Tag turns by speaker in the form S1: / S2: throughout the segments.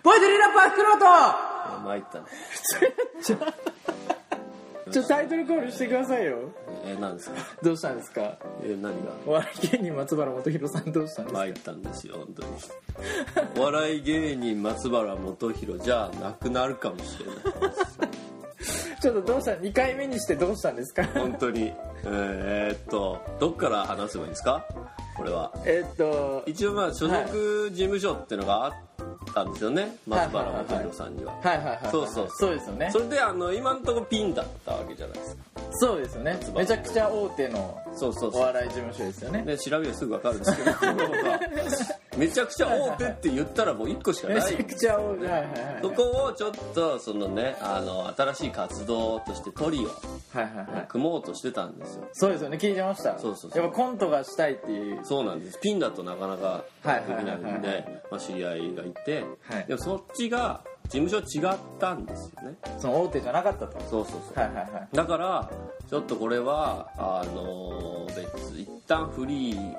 S1: ポイズリラッパー作ろうと
S2: あ参ったね。
S1: ちょ、タイトルコールしてくださいよ。
S2: えー、なんですか
S1: どうしたんですか
S2: えー、何が
S1: お笑い芸人松原元弘さんどうしたんですか
S2: 参ったんですよ、本当に。お笑い芸人松原元弘じゃなくなるかもしれない。
S1: ちょっとどうした ?2 回目にしてどうしたんですか
S2: 本当に。えーっと、どっから話せばいいんですかこれは。
S1: えっと、
S2: 一応まあ所属事務所っていうのがあったんですよね、松原元弘さんには。
S1: はいはいはい。
S2: そうそう
S1: そうですよね
S2: そ。れであの今のところピンだったわけじゃないですか。
S1: そうですよね。めちゃくちゃ大手の
S2: そうそう
S1: お
S2: そう。
S1: 笑い事務所ですよね。
S2: で調べればすぐわかるんですけど、めちゃくちゃ大手って言ったらもう1個しか
S1: め
S2: ない
S1: ちゃくちゃ大手。はいはいはい。
S2: そこをちょっとそのねあの新しい活動としてトリを
S1: はいはいはい。
S2: 組もうとしてたんですよ
S1: そうですよね。聞いてました。
S2: そうそうそう
S1: やっぱコントがしたいっていう。
S2: そうなんですピンだとなかなか
S1: はい
S2: できない
S1: はいは
S2: ん
S1: いは
S2: でまあ知り合いがいて、
S1: はい
S2: でもそっちが事務所違ったんですよね
S1: その大手じゃなかったと。
S2: そうそうそう、
S1: はいはいはい。
S2: だからちょっとこれはあの別一旦フリー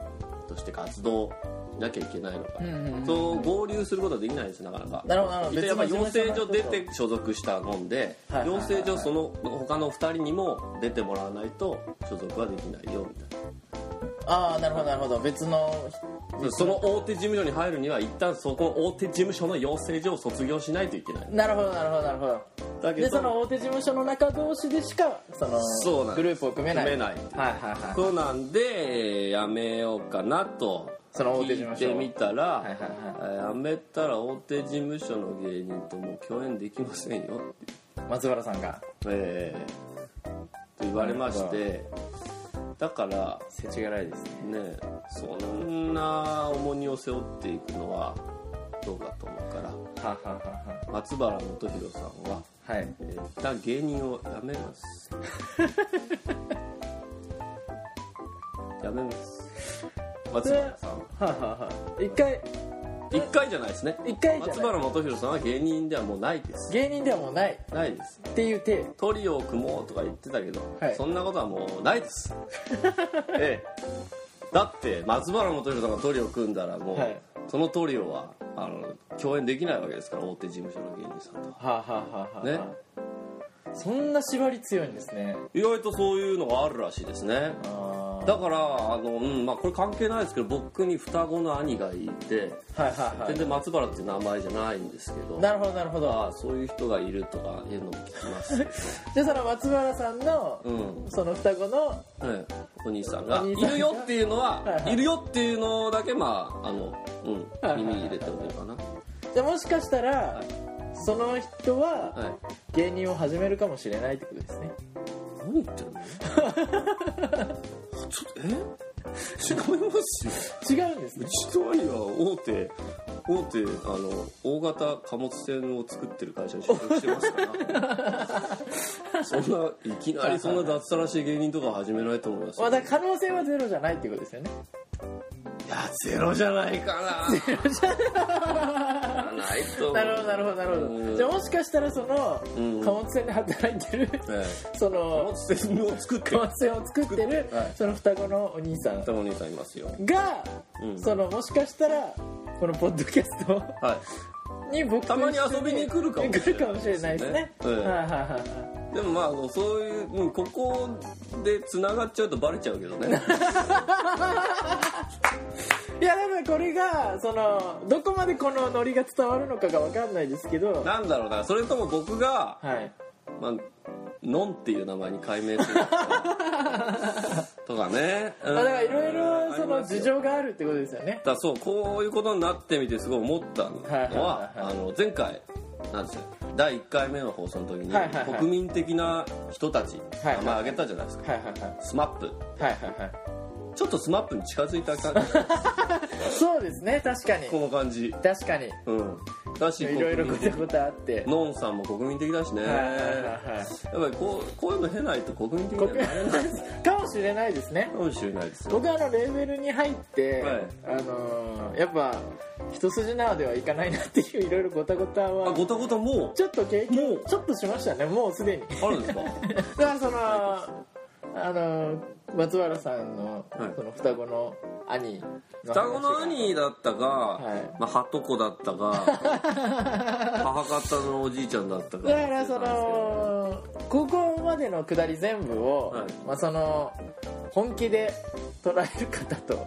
S2: として活動しなきゃいけないのか、
S1: うんうんうん
S2: そう合流することはできないんですなかなか
S1: なるほどなるほど
S2: 一応やっぱ
S1: 別の
S2: 養
S1: 事務所の
S2: 成
S1: 人
S2: 所
S1: と
S2: 出て所属したもんで、
S1: はいはいはいはい
S2: 養成所その他の2人にも出てもらわないと所属はできないよみたいな
S1: ああ、なるほどなるほど。別の
S2: そうその大手事務所に入るには一旦そこの大手事務所の養成所を卒業しないといけない
S1: なるほどなるほどなるほ
S2: だ
S1: ど
S2: け
S1: で
S2: ど
S1: その大手事務所の中同士でしかその
S2: そうなんです
S1: グループを組めない
S2: 組めない
S1: はいはいはい
S2: そうなんでやめようかなと
S1: その大手事
S2: 聞
S1: 務
S2: い
S1: 所
S2: てみたら、
S1: はいはいは
S2: やめたら大手事務所の芸人ともう共演できませんよって
S1: い松原さんが
S2: ええと言われましてだから
S1: 世知辛いですね
S2: ねそんな重荷を背負っていくのはどうかと思うから
S1: ははは
S2: 松原元弘さんは、
S1: ははい
S2: えー一旦芸人を辞めます。 辞めます。松原さんは。
S1: ははは一回
S2: 一回じゃないですね。
S1: 一回じゃ
S2: 松
S1: ない
S2: 原元弘さんは芸人ではもうないです。
S1: 芸人ではもうない
S2: ないです。
S1: っていう体
S2: トリオを組もうとか言ってたけど、
S1: はい
S2: そんなことはもうな いです。ええ。だって松原元弘さんがトリオを組んだらもう、
S1: はい
S2: そのトリオはあの共演できないわけですから大手事務所の芸人さんとは。
S1: はははは
S2: ね
S1: そんな縛り強いんですね
S2: 意外とそういうのがあるらしいですね。
S1: あ
S2: だからあの、うんまあ、これ関係ないですけど僕に双子の兄がいて
S1: あはいはいは
S2: 全
S1: い
S2: 然松原っていう名前じゃないんですけど
S1: なるほどなるほど
S2: ああそういう人がいるとかいうのも聞きますけど
S1: じゃあその松原さんの
S2: うん
S1: その双子の
S2: ええお兄さんが
S1: お
S2: い
S1: 兄さんが
S2: るよっていうのは、
S1: はい
S2: い
S1: はい
S2: るよっていうのだけまああの、
S1: はいは
S2: う
S1: い
S2: ん、耳に入れてもいいかな、
S1: じゃあもしかしたら
S2: い
S1: その人は
S2: はい、
S1: 芸人を始めるかもしれないってことですね
S2: 何言って るのちょっとえ 違いますよ
S1: 違うんです
S2: う
S1: ね
S2: ちの兄は大手大手あの大型貨物船を作ってる会社に所属してますからそんないきなりそんな脱サラして芸人とか始めないと思います
S1: ま
S2: よ
S1: あだから可能性はゼロじゃないってことですよね
S2: いやゼロじゃないかなゼロじゃないと思う
S1: なるほどなるほどなるほ
S2: う
S1: ど
S2: ん
S1: じゃあもしかしたらその
S2: うん
S1: 貨物船で働いてる
S2: え
S1: そ
S2: え貨
S1: の
S2: 物船を作って
S1: 貨
S2: る
S1: 物船を作ってる
S2: はい
S1: その双子のお兄さん
S2: 双子お兄さんいますよ
S1: が
S2: うん
S1: そのもしかしたらこのポッドキャスト
S2: はい
S1: に僕
S2: たまに遊びに来るかもしれない
S1: 来るかもしれないですね
S2: ええ
S1: はいはいはいはい
S2: でもまああのそういう、うん、ここでつながっちゃうとバレちゃうけどね
S1: いや多分これがそのどこまでこのノリが伝わるのかが分かんないですけど
S2: なんだろうなそれとも僕が
S1: はい
S2: まあ、のんっていう名前に改名するとかと かね、うん
S1: まあだからいろいろそ
S2: あり
S1: の
S2: ますよ
S1: 事情があるってことですよね
S2: だからそうこういうことになってみてすごい思ったの
S1: はいはい
S2: は
S1: はいはい
S2: あの前回なんですよ第1回目の放送の時に、
S1: はいはいはい
S2: 国民的な人たち
S1: はい
S2: 名前挙げたじゃないですか、
S1: はいはいはい
S2: スマップ
S1: はいはいはい
S2: ちょっとスマップに近づいた感じ
S1: そうですね確かに
S2: この感じ
S1: 確かに
S2: うんだし
S1: いろいろごたごたあって
S2: のんさんも国民的だしね、
S1: はいはいはいはい
S2: やっぱりこうこういうの経ないと国民的にはなれない
S1: 国かもしれないですね
S2: かもしれないですよ
S1: 僕はあのレーベルに入って、
S2: はい
S1: あのーやっぱ一筋縄ではいかないなっていういろいろごたごた
S2: あ
S1: は
S2: ごたごたも
S1: ちょっと経
S2: も
S1: 験
S2: う
S1: ちょっとしましたねもうすでにだ
S2: うあるんです
S1: か
S2: か
S1: らそのあのー松原さんの
S2: はい
S1: その双子の兄の話が
S2: 双子の兄だったが、
S1: はい
S2: まあ、はとこだったが、博多のおじいちゃんだったから
S1: だからそのここまでの下り全部を、
S2: はい
S1: まあ、その本気で捉える方と
S2: はい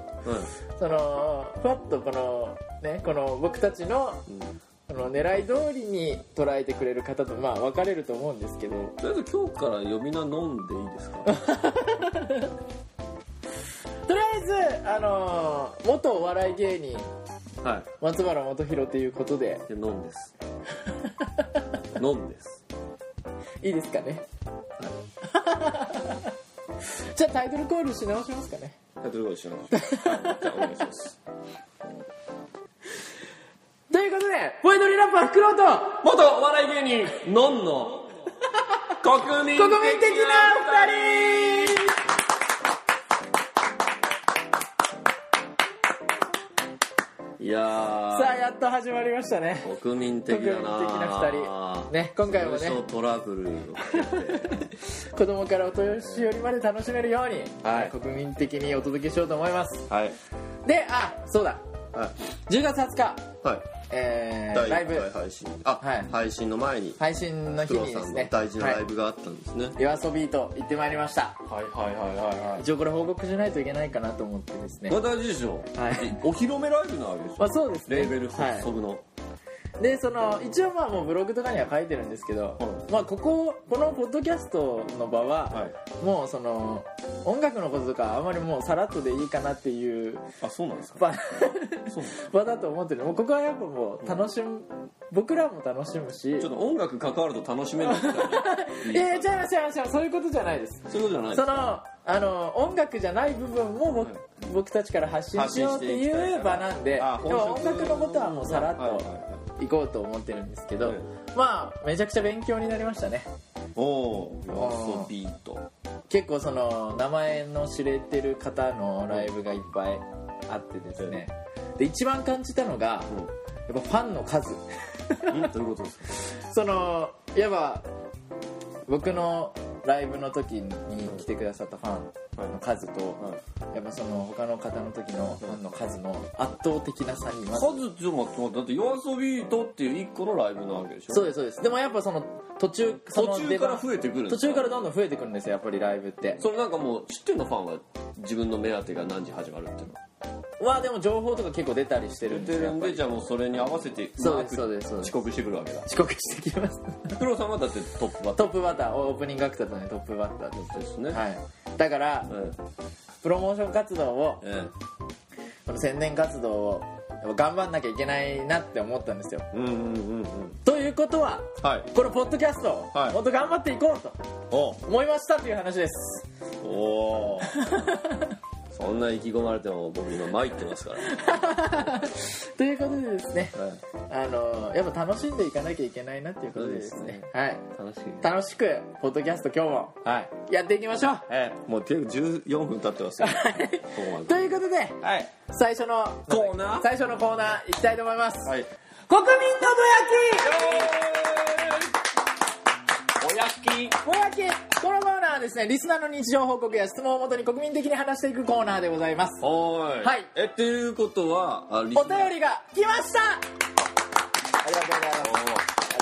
S1: そのふわっとこのねこの僕たちの
S2: うん
S1: この狙い通りに捉えてくれる方とまあ分かれると思うんですけど
S2: とりあえず今日から呼び名飲んでいい ですか
S1: とりあえずあの元お笑い芸人
S2: はい
S1: 松原元宏ということで
S2: で飲んです 飲んです
S1: いいですかね じゃあタイトルコールし直しますかね
S2: タイトルコールしましょうはいじゃあお願いします
S1: ということでポエトリーラッパーフクロウと
S2: 元お笑い芸人のんの 国民的
S1: 国民的な二人
S2: 人いやー
S1: さあやっと始まりましたね
S2: 国民的だな
S1: 国民的な二人ね今回もね
S2: そういう人トラブル
S1: 子供からお年寄りまで楽しめるように、
S2: はい
S1: 国民的にお届けしようと思います
S2: はい
S1: であそうだ
S2: はい
S1: 10月20日、
S2: はい
S1: えー
S2: 第
S1: ライ
S2: 1回
S1: ブ
S2: 配信あ、
S1: はい
S2: 配信の前に
S1: 配信の日
S2: 黒ロ
S1: に
S2: さ
S1: です
S2: んの
S1: ね
S2: 大事なライ
S1: ブ
S2: ブがあったんですね、
S1: 夜遊びと行ってまいりました
S2: はい、はいはいはいはい
S1: 一応これ報告しないといけないかなと思ってですね
S2: これ大事でしょ、
S1: はい
S2: お披露目ライブなわけでしょ、
S1: まあそうですね
S2: レーベル
S1: はい
S2: 発足の、
S1: でその一応まあもうブログとかには書いてるんですけど、
S2: はい
S1: まあこここのポッドキャストの場は、もうその音楽のこととかあまりもうさらっとでいいかなっていう
S2: あそうなんですか
S1: 場
S2: そうなんです
S1: 場だと思ってるもうここはやっぱもう楽しむ、僕らも楽しむし
S2: ちょっと音楽関わると楽 しめないみたいな
S1: いやいや違います違います違いますそういうことじゃないです
S2: そういうことじゃないです
S1: そのあの音楽じゃない部分も僕,、僕たちから発信しようって
S2: 発信してい
S1: い
S2: きたいか
S1: う
S2: ら
S1: 場なんで
S2: あ
S1: でも音
S2: 本職
S1: 楽のことはもうさらっ
S2: はいはい
S1: と
S2: はい
S1: 行こうと思ってるんですけど、
S2: はい
S1: まあめちゃくちゃ勉強になりましたね
S2: おお遊びと
S1: 結構その名前の知れてる方のライブがいっぱいあってですねで一番感じたのがやっぱファンの数
S2: うんどういうことですか
S1: そのやっぱ僕のライブの時に来てくださったファンの数とやっぱその他の方の時のファンの数の圧倒的な差にまず
S2: 数ちょっと待って待ってだって夜遊びとっていう一個のライブなわけでしょ
S1: そうですそうですでもやっぱその途中その
S2: 途中か
S1: 出番
S2: ら増えてくるんです
S1: 途中からどんどん増えてくるんですよやっぱりライブって
S2: それなんかもう知ってんのファンは自分の目当てが何時始まるっていうの
S1: まあでも情報とか結構出たりしてるん
S2: 出
S1: です
S2: て
S1: よ
S2: る
S1: やっ
S2: ん
S1: ぱ
S2: で
S1: り
S2: じゃあもうそれに合わせて
S1: そうですそうですそうです
S2: 遅刻してくるわけだ
S1: 遅刻してきます
S2: 黒さんはだってトップバッタ
S1: トップバッターオープニングアクターとねトップバッターで
S2: ーですね、
S1: すはいだから
S2: うん
S1: プロモーション活動を
S2: え
S1: この宣伝活動をやっぱ頑張んなきゃいけないなって思ったんですよ
S2: えうんうんうんうん
S1: ということは
S2: はい
S1: このポッドキャストを
S2: はい
S1: もっと頑張っていこうと
S2: お
S1: 思いましたという話です
S2: おーそんな意気込まれても僕今参ってますから、
S1: ということでですね
S2: はい、
S1: あのやっぱ楽しんでいかなきゃいけないなっていうことでですね
S2: そうで
S1: はい
S2: 楽しい
S1: 楽しくポッドキャスト今日も
S2: はい
S1: やっていきましょう
S2: ええもう結構14分経ってますよここま
S1: ということで
S2: ではい
S1: 最初の
S2: コーナー
S1: 最初のコーナーいきたいと思います、
S2: はい
S1: 国民のぼやき
S2: おやき
S1: ぼやきこのコーナーはですねリスナーの日常報告や質問をもとに国民的に話していくコーナーでございます
S2: おーい
S1: はい
S2: えっていうことはあリ
S1: お便りが来ましたありがとうございます
S2: おー
S1: あり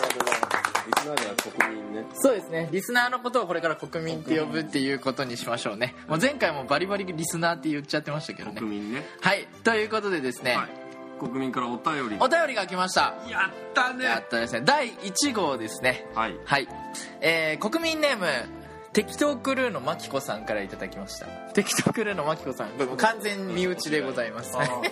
S1: がとうございます
S2: リスナーが国民ね
S1: そうですねリスナーのことをこれから国民って呼ぶっていうことにしましょうねもう前回もバリバリリスナーって言っちゃってましたけどね
S2: 民ね
S1: はいということでですね、
S2: はい国民からお便り
S1: お便りが来ました
S2: やったね
S1: やったですね第1号ですね
S2: はい
S1: はい、えー、国民ネーム適当クルーのまきこさんからいただきました適当クルーのまきこさんこれもう完全身内でございます
S2: ああそうなんだ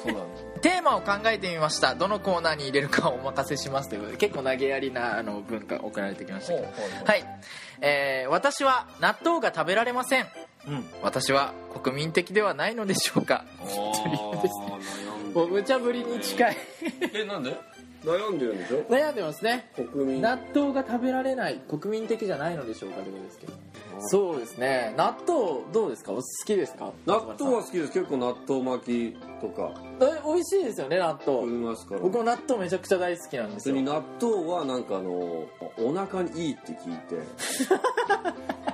S1: テーマを考えてみましたどのコーナーに入れるかお任せしますということで結構投げやりなあの文化送られてきましたけど
S2: ほうほうほう
S1: はい、えー、私は納豆が食べられません
S2: うん
S1: 私は国民的ではないのでしょうか
S2: お
S1: とりあえず
S2: ー悩ん
S1: もう無茶ぶりに近い
S2: えなんで悩んでるんでしょ
S1: 悩んでますね
S2: 国民
S1: 納豆が食べられない国民的じゃないのでしょうかということですけどそうですね納豆どうですかお好きですか
S2: 納豆は好きです結構納豆巻きとか
S1: え美味しいですよね納
S2: 食い
S1: 豆
S2: ますから
S1: 僕も納豆めちゃくちゃ大好きなんです
S2: 別
S1: よ
S2: に納豆はなんかあのお腹にいいって聞い て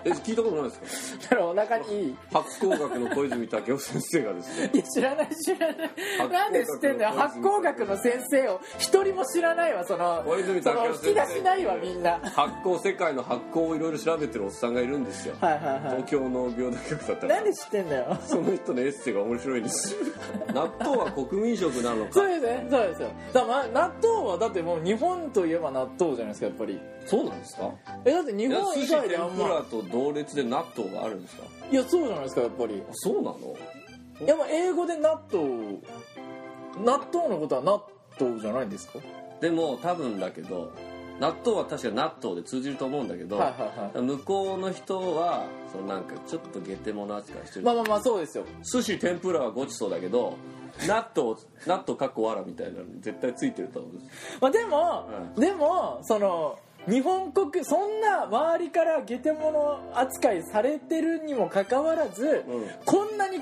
S2: え聞いたことないです
S1: だからお腹にいい
S2: か発酵学の小泉武雄先生がです ね
S1: いや知らない知らない
S2: 発酵学の
S1: なんで知ってんだよ発酵学の先生を一人も知らないわその
S2: 小泉
S1: そ
S2: 武
S1: の
S2: 雄
S1: 引
S2: 先
S1: き
S2: 生
S1: 出しないわみんなはい
S2: 発酵世界の発酵をいろいろ調べてるおっさんがいるんですよ
S1: はいは
S2: 東京農業大学だった
S1: い
S2: ら
S1: なんで知ってんだよ
S2: その人のエッセイが面白いんですよ 納豆は国民食なのか
S1: そうですねそうですよだから、ま、納豆はだってもう日本といえば納豆じゃないですかやっぱり
S2: そうなんですか
S1: えだって日
S2: いや
S1: 本
S2: 寿
S1: 以
S2: 司
S1: 外
S2: 天
S1: であん
S2: ぷら
S1: ま
S2: と同列で納豆があるんですか
S1: いやそうじゃないですかやっぱり
S2: あそうなの
S1: いやもう英語で納豆納豆のことは納豆じゃないんですか
S2: でも多分だけど納豆は確か納豆で通じると思うんだけど、
S1: はいはいは
S2: 向こうの人はそのなんかちょっとゲテモノ扱いして
S1: い
S2: る、
S1: まあまあまあそうですよ
S2: 寿司天ぷらはごちそうだけど納豆納豆かっこわらみたいなのに絶対ついてると思うんです
S1: まあ、でも、でもその日本国そんな周りからゲテモノ扱いされてるにもかかわらず、
S2: うん
S1: こんなに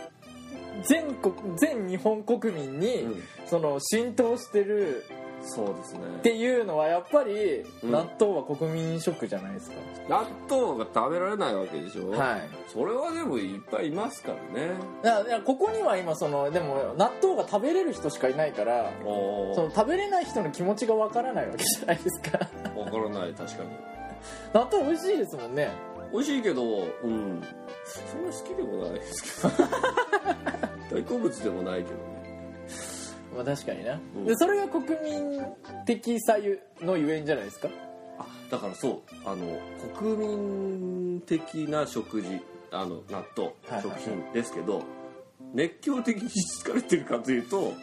S1: 全国全日本国民に、
S2: うん
S1: その浸透してる
S2: そうですね
S1: っていうのはやっぱり、
S2: うん
S1: 納豆は国民食じゃないですか、
S2: 納豆が食べられないわけでしょ
S1: はい
S2: それはでもいっぱいいますからね
S1: だからいやここには今そのでも納豆が食べれる人しかいないから
S2: お
S1: その食べれない人の気持ちがわからないわけじゃないですか
S2: 分からない確かに
S1: 納豆美味しいですもんね
S2: 美味しいけどうんそんな好きでもないです けど大好物でもないけどね
S1: まあ確かにな、
S2: うん
S1: でそれが国民的さゆのゆえんじゃないですか
S2: あだからそうあの国民的な食事あの納豆、
S1: はいはい
S2: 食品ですけど熱狂的に疲れてるかというと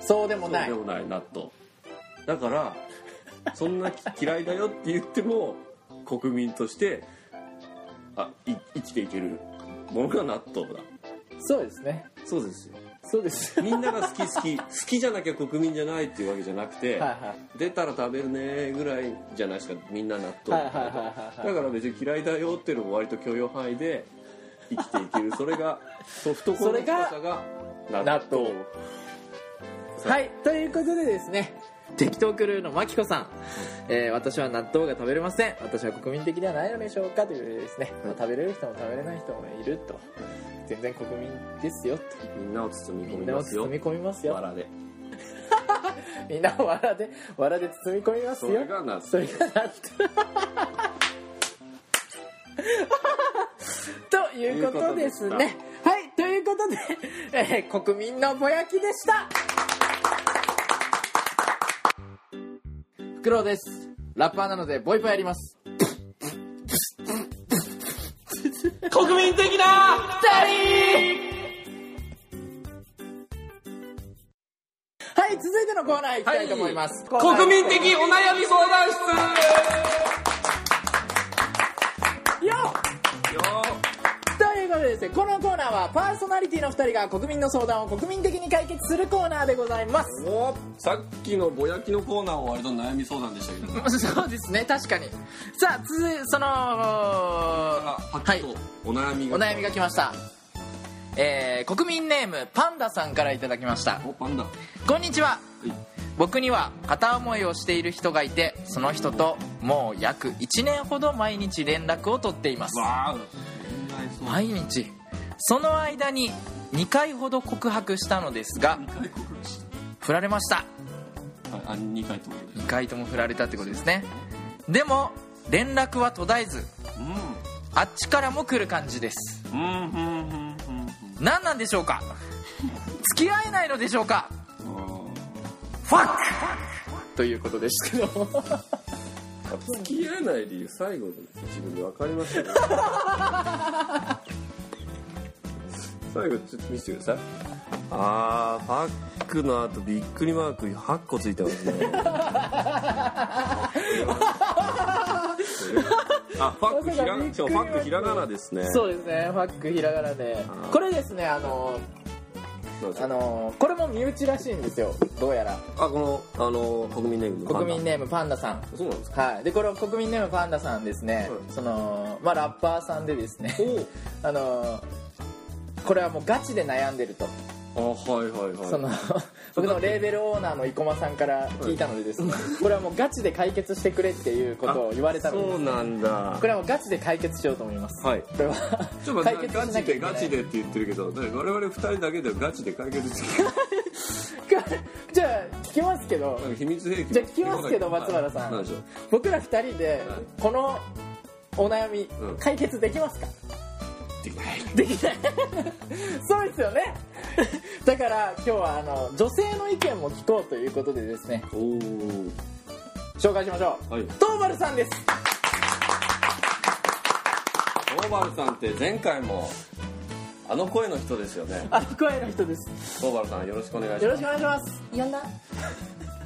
S1: そうで
S2: そ
S1: も
S2: う
S1: ない
S2: でもない納豆だからそんなき嫌いだよって言っても国民としてあい生きていけるものが納豆だ
S1: そうですね
S2: そうですよ
S1: そう です
S2: みんなが好き好 き好きじゃなきゃ国民じゃないっていうわけじゃなくて、
S1: はいは
S2: 出たら食べるねぐらいじゃないですかみんな納
S1: いはいは
S2: 豆
S1: いはいは
S2: だ
S1: い
S2: から別に嫌いだよっていうのも割と許容範囲で生きていけるそれがソフトコ
S1: それ
S2: の
S1: が
S2: 深さが
S1: 納豆はいということでですね適当クルーのまきこさん、えー私は納豆が食べれません私は国民的ではないのでしょうかというですね、まあ食べれる人も食べれない人もいると全然国民ですよと
S2: みんなを包み
S1: み
S2: 込
S1: ん
S2: み
S1: なを
S2: ますよ
S1: 包み込みますよ
S2: わらで
S1: みんなをわらでわらで包み込みます
S2: そ
S1: よ
S2: れが 納
S1: そ
S2: 豆
S1: れがなったということです
S2: ということで
S1: ねはいということで、えー国民のぼやきでしたフクロウですラッパーなのでボイパやります
S2: 国民的な
S1: はい続いてのコーナー行きたいと思います、
S2: 国民的お悩み相談室
S1: よっ
S2: よ
S1: ということでですねこのコーナーはパーソナリティの2人が国民の相談を国民的に解決するコーナーでございます
S2: ーおさっきのぼやきのコーナーは割と悩み相談でしたけど
S1: そうですね確かにさあ続いその
S2: あパ
S1: は
S2: ッ
S1: い
S2: とお悩み
S1: お
S2: が、
S1: 悩みが来ましたえー、国民ネームパンダさんからいただきました
S2: おパンダは
S1: こんにちはい僕には片思いをしている人がいてその人ともう約1年ほど毎日連絡を取っています
S2: わーそう
S1: 毎日その間に2回ほど告白したのですが
S2: 2回告白し
S1: 振られました
S2: たはいあ2回とも
S1: 2回とも振られたってことですねでも連絡は途絶えず
S2: うん
S1: あっちからも来る感じです
S2: うんうんうんうん
S1: 何なんでしょうか付き合えないのでしょうか
S2: うん
S1: ファックということですけども
S2: 付き合えない理由最後の自分で分かりましたね 最後ちょっと見せてくださいあーファックの後びっくりマーク8個ついてますね あファックひらがしかもファックひらがなですね
S1: そうですねファックひらがなで
S2: あー
S1: これですねあの
S2: どうでしょ
S1: あ
S2: う
S1: のこれも身内らしいんですよどうやら
S2: あこのあの国民ネームの
S1: 国民
S2: ね
S1: ネームパンダさん
S2: そうなんですか
S1: はい、でこれは国民ネームパンダさんですね、
S2: うん
S1: そのまあ ラッパーさんでですね
S2: お
S1: あのこれはもうガチで悩んでると
S2: あはいはいはい
S3: その僕のレーベルオーナーの生駒さんから聞いたのでですねこれはもうガチで解決してくれっていうことを言われたので
S2: そうなんだ
S3: これはもうガチで解決しようと思います
S2: はい
S3: これは
S2: ちょっと待って
S3: 解
S2: ガ
S3: 決しな
S2: チ
S3: きゃい
S2: で
S3: けない
S2: ガチでって言ってるけどだから我々二人だけではガチで解決してる
S3: じゃあ聞きますけど
S2: なんか秘密兵器
S3: じゃあ聞きますけど松原さん
S2: 何でしょう
S3: 僕ら2人でこのお悩み
S2: うん
S3: 解決できますか、
S2: できない
S3: できない そうですよねだから今日はあの女性の意見も聞こうということでですね
S2: おお
S3: 紹介しましょう、
S2: はい
S3: トーバルさんです
S2: オーバルさんって前回もあの声の人ですよね
S3: あの声の人です
S2: オーバルさんよろしくお願いし
S3: よ
S2: ま
S3: ろしくお願いします呼んだ
S2: す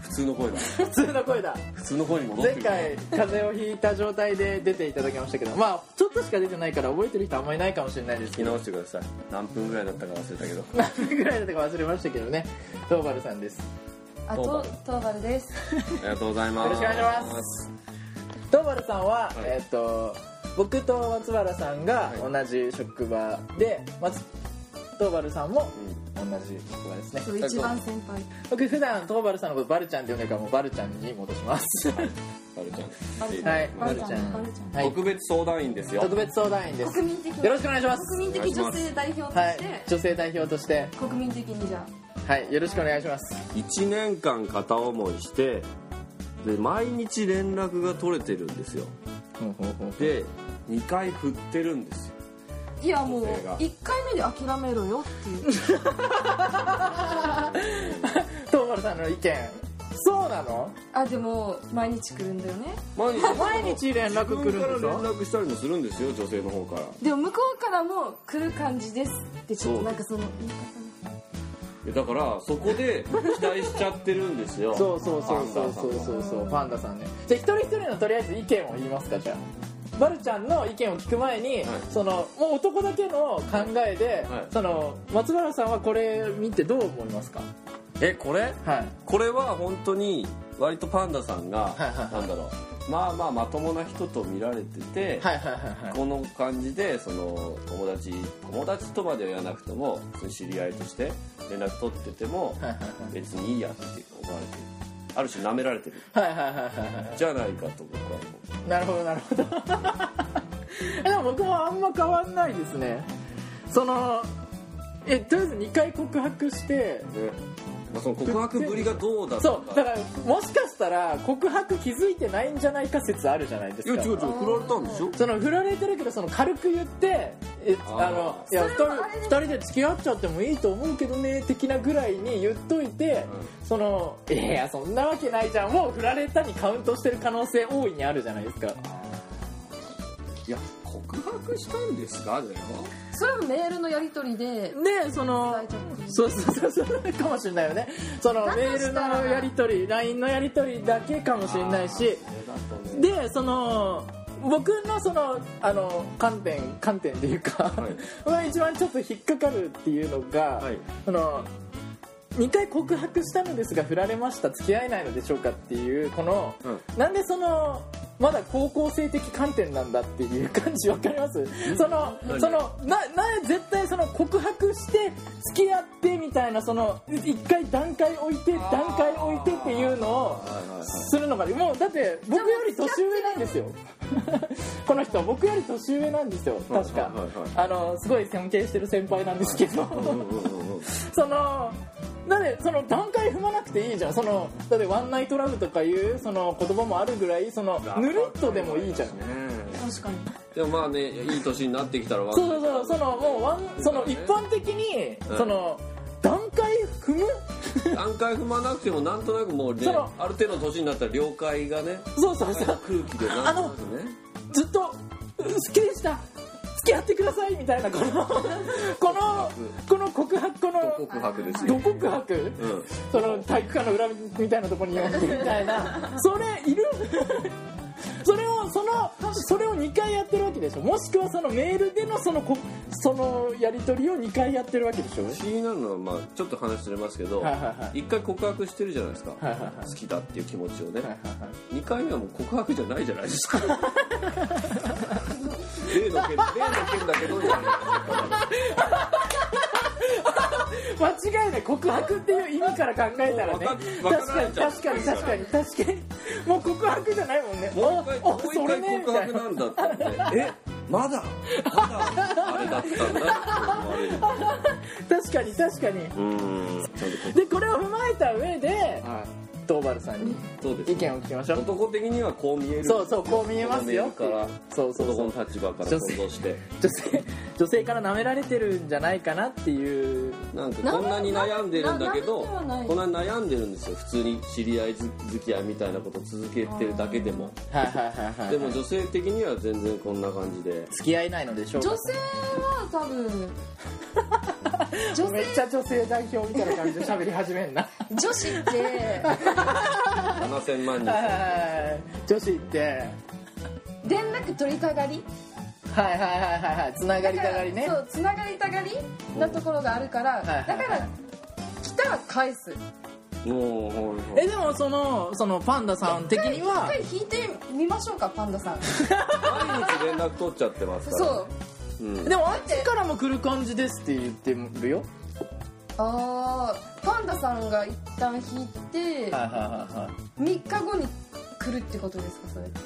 S2: 普通の声だ
S3: 普通の声だ
S2: 普通の声に戻って
S3: 前
S2: る
S3: 回風邪をひいた状態で出ていただきましたけどまあちょっとしか出てないから覚えてる人あんまりいないかもしれないです
S2: 聞
S3: け
S2: き
S3: ど
S2: 直してください何分ぐらいだったか忘れた けど
S3: 何分ぐらいだったか忘れましたけどねトーバルさんです
S4: あ
S2: トーバ
S4: と
S2: ル
S4: トーバル です。
S2: ありがとうございます
S3: よろしくお願いしますトーバルさんは、
S2: い
S3: えっ、と僕と松原さんが同じ職場で、松トーバルさんも同じ職場ですね
S4: そう一番先輩。
S3: 僕普段トーバルさんのことバルちゃんって呼んでるからもうバルちゃんに戻します
S2: バルちゃん
S3: はい
S4: バ
S3: バ
S4: ル
S3: ル
S4: ち
S3: ち
S4: ゃ
S3: ゃ
S4: ん
S3: ん
S4: バルちゃん
S3: はい
S2: 特別相談員ですよ
S3: 特別相談員です
S4: 国民的な
S3: よろしくお願いします
S4: 国民的女性代表と
S3: はい
S4: して、
S3: 女性代表として
S4: 国民的にじゃ
S3: はいよろしくお願いします
S2: 1年間片思いしてで毎日連絡が取れてるんですよで2回振ってるんですよ
S4: あいやもう
S2: 女性が
S4: 一回目で諦めろよっていう。
S3: トーバルさんの意見そうなの
S4: あでも毎日来るんだよね。
S2: 毎日
S3: 毎日連絡来るん
S2: 自分
S3: でし
S2: から連
S3: ょ
S2: 絡したりもするんですよ女性の方から
S4: でも向こうからも来る感じですってちょっとなんかその言い方が
S2: いやだからそこで期待しちゃってるんですよ
S3: そうそうそうそうそう
S2: う
S3: そうそうパンダさんねじゃあ一人一人のとりあえず意見を言いますかじゃあバルちゃんの意見を聞く前に、そのもう男だけの考えで、
S2: はい
S3: その松原さんはこれ見てどう思いますか
S2: えこれ
S3: はい
S2: これは本当に割とパンダさんが
S3: はいはいはい
S2: なんだろうまあまあまともな人と見られてて、
S3: はいはいはいはい
S2: この感じでその友達友達とまでは言わなくてもそういう知り合いとして連絡取ってても
S3: はいはい
S2: 別にいいやって思われてるある種舐められてる
S3: はいはいはいはいはいは
S2: じゃないかと僕は思
S3: いなるほどなるほど でも僕もあんま変わんないですねそのえとりあえず2回告白して
S2: う、ねまあ、その告白ぶりがどうだった
S3: そうだからもしかしたら告白気づいてないんじゃないか説あるじゃないですか
S2: いや違う違う振られたんでしょ
S3: その振られてるけどその軽く言ってえ
S2: あ
S3: あ
S2: ー
S3: のいや
S4: それはあれ
S3: 2人で付き合っちゃってもいいと思うけどね的なぐらいに言っといて、そのいやいやそんなわけないじゃんもう振られたにカウントしてる可能性大いにあるじゃないですか
S2: いや告白したんですかだよ
S4: それもメールのやり取りで
S3: でその
S4: 伝えちゃってる
S3: そうそうそうそうかもしれないよねその
S4: だと
S3: メール
S4: したら
S3: のやり取り LINE のやり取りだけかもしれないしでその僕のそのあの観点観点っていうか、 一番ちょっと引っかかるっていうのが、
S2: はい
S3: その2回告白したのですが振られました付き合えないのでしょうかっていうこの、
S2: う
S3: なんでそのまだ高校生的観点なんだっていう感じわかりますその
S2: 何
S3: そのなな絶対その告白して付き合ってみたいなその1回段階置いて
S2: あー
S3: 段階置いてっていうのを
S2: はいはいはい
S3: するのがもうだって僕より年上なんですよ この人僕より年上なんですよ確か
S2: はいはいはい
S3: あのすごい尊敬してる先輩なんですけど
S2: うんうん うんうん
S3: そのだってその段階踏まなくていいじゃんそのだってワンナイトラブとかいうその言葉もあるぐらいそのぬるっとでもいいじゃん
S4: 確かに。
S2: でもまあねいい年になってきたらわ
S3: そうそうそうそのもうワンその一般的に
S2: うん
S3: その段階踏む
S2: 段階踏まなくてもなんとなくもうね
S3: その
S2: ある程度の年になったら了解がね
S3: そうそうそ
S2: 空
S3: う
S2: 気でなんとなくね
S3: ずっと「好きでした付き合ってください」みたいなこのこのこの告白こ
S2: ど
S3: の
S2: 告白です
S3: ど
S2: よ、
S3: 告白
S2: うん、
S3: その体育館の裏みたいなところに呼んでみたいなそれいるそれをそのそれを2回やってるわけでしょもしくはそのメールでのそのこそのやり取りを2回やってるわけでしょ
S2: 気になるのは、まあ、ちょっと話ずれますけど
S3: はいはいはい
S2: 一回告白してるじゃないですか
S3: はいはいはい
S2: 好きだっていう気持ちをね
S3: はいはいはい
S2: 二回目はもう告白じゃないじゃない ですか例の件例の件だけどみたいな
S3: 間違いない告白っていう意味から考えたらね
S2: もうわか
S3: 確かに確かに確かに確かにもう告白じゃないもんね
S2: もう一回
S3: お
S2: も
S3: お
S2: う一
S3: それね
S2: 回
S3: み
S2: 告
S3: たい
S2: 白なんだって言ってえまだまだあれだったんだって思われる
S3: な確かに確かに
S2: うんちゃんと
S3: でこれを踏まえた上で
S2: は
S3: 東原さんに
S2: いそうです
S3: 意見を聞きましょう
S2: 男的にはこう見える
S3: そうそうこう見えますよ
S2: このメールから
S3: そうそうそ
S2: 男
S3: う
S2: の立場から
S3: 女
S2: 想
S3: 性
S2: 像して
S3: 女性女性から舐められてるんじゃないかなっていう
S2: なんかこんなに悩んでるんだけど
S4: なななめてはない
S2: こんなに悩んでるんですよ普通に知り合い付き合いみたいなこと続けてるだけでも
S3: はいはいはいはい
S2: でも女性的には全然こんな感じで
S3: 付き合えないのでしょうか
S4: 女性は多分女
S3: めっちゃ女性代表みたいな感じで喋り始めんな
S4: 女子 って
S2: 7000万人
S3: はいはいはい女子って
S4: 連絡取りたがり
S3: はいはいはいはいはいつながりたがりね
S4: だからそうつながりたがりなところがあるから、
S3: いはいはい
S4: だから来たら返す
S2: もうほいほい
S3: えでもそのそのパンダさん的に
S4: 一
S3: は
S4: 回引いてみましょうかパンダ さん
S2: 毎日連絡取っちゃってますから
S4: そう
S2: うん
S3: でもあっちからも来る感じですって言ってるよ
S4: あーパンダさんが一旦引いて
S3: はいはいはいはい
S4: 3日後に来るってことですかそれって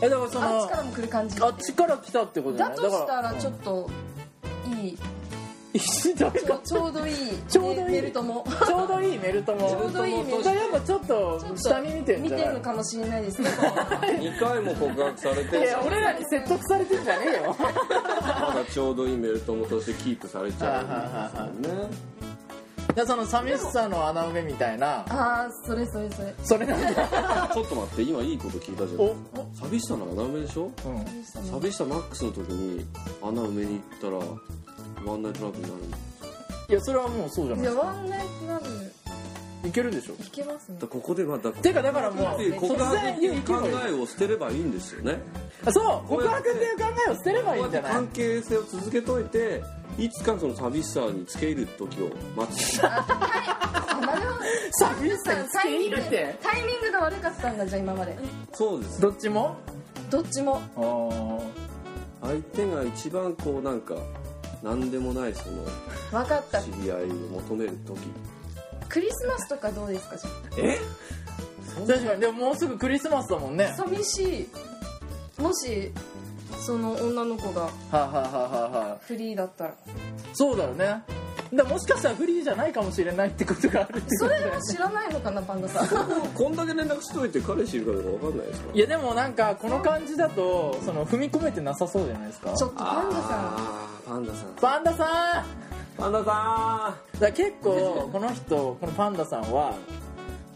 S3: えだからそ
S4: あっ
S3: の
S4: ちからも来る感じ
S3: あっちから来たってことじゃ
S4: だ
S3: な
S4: と
S3: い
S4: した
S3: だ
S4: ら
S3: か
S4: ちょっといい
S3: 石田
S4: ちょちょうどいい
S3: ちょうどいい
S4: メルトも
S3: ちょうどいいメルトも
S4: ちょうどいいメル
S3: そ
S4: ト
S3: れやっぱちょっと下見見てん
S4: 見
S3: じゃ
S4: て
S3: ない
S4: るのかもしれないです けど
S2: 2回も告白され
S3: い
S2: て
S3: や俺らに説得されてんじゃねえよ
S2: まだちょうどいいメルトもとしてキープされちゃうんですよね
S3: でその寂しさの穴埋めみたいな
S4: ああそれそれそれ
S3: それなんだ
S2: ちょっと待って今いいこと聞いたじゃ
S3: お
S2: ん寂しさの穴埋めでしょ
S3: うん
S2: 寂しさマックスの時に穴埋めに行ったらワンナイトラブになるんだ
S3: いやそれはもうそうじゃない
S4: じ
S3: で
S4: ゃあ
S3: す
S4: ワンナイトラブ
S3: かいけるでしょ
S4: いけますね
S2: だからここでまた
S3: てかだからもう
S2: っていう告
S3: 突
S2: 白
S3: 然
S2: って
S3: いや
S2: いう
S3: いけば
S2: 考
S3: いい
S2: えを捨てればいいんですよね
S3: あそう告白っていう考えを捨てればいいんじゃない
S2: 関係性を続けといていつかその寂しさにつけ入る時を待つ
S4: あなるほど
S3: 寂しさにつ
S4: タ
S3: け
S4: イミ
S3: 入
S4: ング
S3: れて
S4: タイミングが悪かったんだじゃあ今まで
S2: そうです
S3: どっちも
S4: どっちも
S3: あー
S2: 相手が一番こうなんか何でもないその
S4: 分かった
S2: 知り合いを求める時
S4: クリスマスとかどうですかじゃ
S2: え
S3: 確かにでももうすぐクリスマスだもんね
S4: あ寂しいもしその女の子が
S3: はいはいはいはいはい
S4: フリーだったら
S3: そうだよねだからもしかしたらフリーじゃないかもしれないってことがあるってこ
S4: そ
S3: とだ
S4: れ
S3: よね
S4: は知らないのかなパンダ さん
S2: こんだけ連絡しといて彼氏いるかどうか分かんないですか
S3: いやでもなんかこの感じだとその踏み込めてなさそうじゃないですか
S4: ちょっとパンダさ
S2: あーパンダさん
S3: パンダさん
S2: パンダさ
S3: だから結構この人このパンダさんは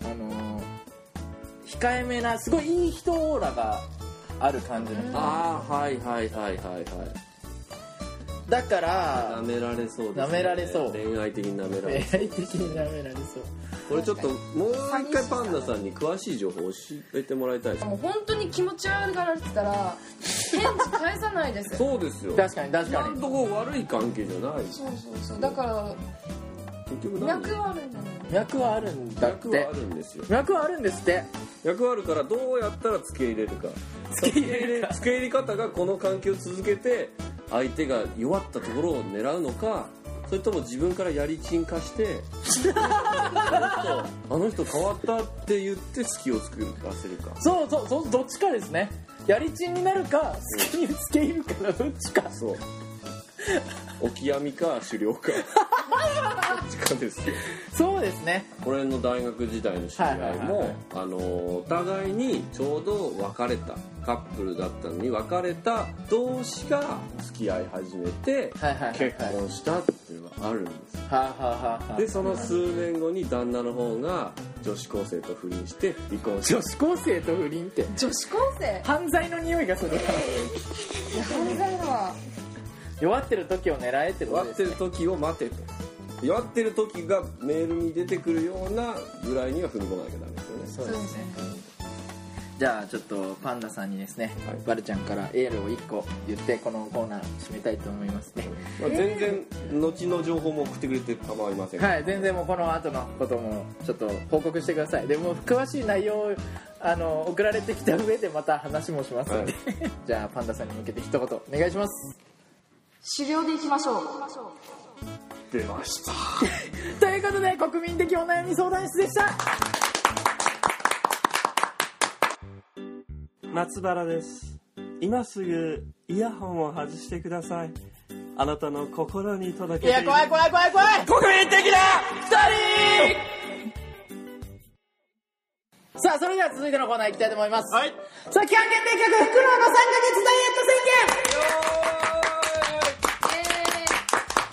S3: あのー控えめなすごいいい人オーラがある感じの
S2: ん
S3: 人
S2: ああはいはいはいはいはい
S3: だか
S2: 舐
S3: ら
S2: められそうです、ね、
S3: 舐められそう
S2: 恋愛的に舐めら
S3: 恋
S2: れ
S3: 愛
S2: そう
S3: 的にダメられそう
S2: これちょっともう一回パンダさんに詳しい情報を教えてもらいたいです
S4: んもう本当に気持ち悪がられてたら返事返さないですよ
S2: そうですよ
S3: 確かに確
S2: 今
S3: か
S2: ん
S3: に
S2: とこ悪い関係じゃないです
S4: そうそうそうだから
S2: 結局何
S4: 脈はあるんだね
S3: 脈はあるんだっ
S2: 役
S3: て
S2: はあるんですよ
S3: 脈はあるんですって
S2: 役はあるからどうやったら付け入れるか付け入れ 付け入り方がこの関係を続けて相手が弱ったところを狙うのかそれとも自分からやりちん化してあの人 あの人変わったって言って隙を作らせるか
S3: そうそうそうどっちかですねやりちんになるか好きにつけ入るかのどっちか
S2: そうオキアミか狩猟 かどっちかですよ
S3: そうですね
S2: これの大学時代の知り合いも、
S3: はいはいはいはい
S2: あのお互いにちょうど別れたカップルだったのに別れた同士が付き合い始めて
S3: はいはいはいはい
S2: 結婚したっていうのがあるんですよ
S3: はあ、はあはあは
S2: でその数年後に旦那の方が女子高生と不倫して離婚
S3: あ、
S2: し
S3: 女
S2: ま
S3: 子高生と不倫って
S4: 女子高生
S3: 犯罪の匂いがする
S4: いや犯罪だわ
S3: 弱ってる時を狙えってこと
S2: 弱
S3: で
S2: っ
S3: す
S2: てる時を待てと弱ってる時がメールに出てくるようなぐらいには踏み込まなきゃダメですよね
S4: そ
S3: そ
S4: うですね
S3: じゃあちょっとパンダさんにですね、
S2: はい
S3: バルちゃんからエールを1個言ってこのコーナー締めたいと思いますね
S2: まあ、全然後の情報も送ってくれて構いません
S3: はい全然もうこの後のこともちょっと報告してくださいでもう詳しい内容をあの送られてきた上でまた話もしますので、
S2: は
S3: じゃあパンダさんに向けて一言お願いします
S4: 狩猟でいきましょう
S2: 出ました
S3: ということで国民的お悩み相談室でした
S5: 松原です今すぐイヤホンを外してくださいあなたの心に届けて
S3: い
S5: い
S3: や
S5: る
S3: 怖い怖い怖い怖い
S5: 国民的だ
S3: 二人さあそれでは続いてのコーナーいきたいと思います
S2: はい
S3: さあ期間限定企画フクロウの3ヶ月ダイエット宣言さ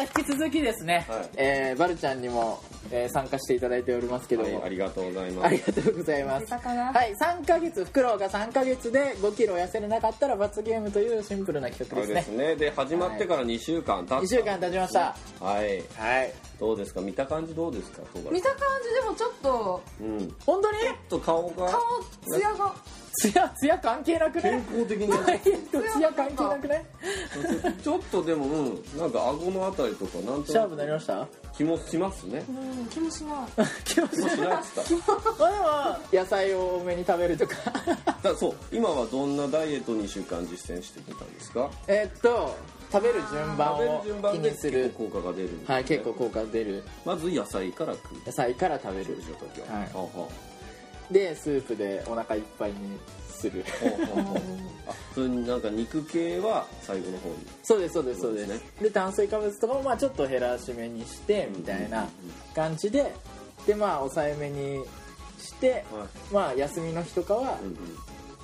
S3: あ引き続きですね、
S2: はい
S3: えー、バルちゃんにも、えー参加していただいておりますけども、
S2: はいありがとうございま
S3: あ
S2: す
S3: りがとうございます。
S4: 出たかな
S3: はい、3ヶ月、フクロウが3ヶ月で5キロ痩せれなかったら罰ゲームというシンプルな企
S2: あれ
S3: 画で
S2: ですす
S3: ね。
S2: ねで始まってから2週間経
S3: 2
S2: っ
S3: 週間経ちました。
S2: たはい
S3: はい。
S2: どうですか見た感じどうですか戸
S4: 見
S2: 原
S4: た感じでもちょっと
S2: うんち
S3: 本当に
S2: ょっと顔が
S4: 顔ツヤが
S3: ツヤ、ツヤ関係なく
S2: 健
S3: ね
S2: 康 的に
S3: ダイエットツヤ関係なくね
S2: ちょっとでもうんなんか顎のあたりとかなんと
S3: シャー
S2: な
S3: プになりました
S2: く気もしますね
S4: うん気もしない
S3: 気持ち
S2: 気もしないっつった
S3: まあでも野菜を多めに食べるとか
S2: だそう今はどんなダイエット2週間実践してみたんですか
S3: えっと食べる順番
S2: 食べる
S3: を
S2: 順番
S3: 気
S2: で
S3: にする
S2: 結構効果が出るんですね
S3: はい結構効果出る
S2: まず野菜から食う
S3: 野菜から食べ
S2: 食
S3: る
S2: 事の時は
S3: はい
S2: はあは
S3: でスープでお腹いっぱいにする
S2: あはあはああそれになんか肉系は最後の方に
S3: そうですそうですそうです
S2: そうで
S3: で炭水化物とかもまあちょっと減らしめにしてみたいな感じででまあ抑えめにして
S2: は
S3: まあ休みの日とかはい
S2: うんうん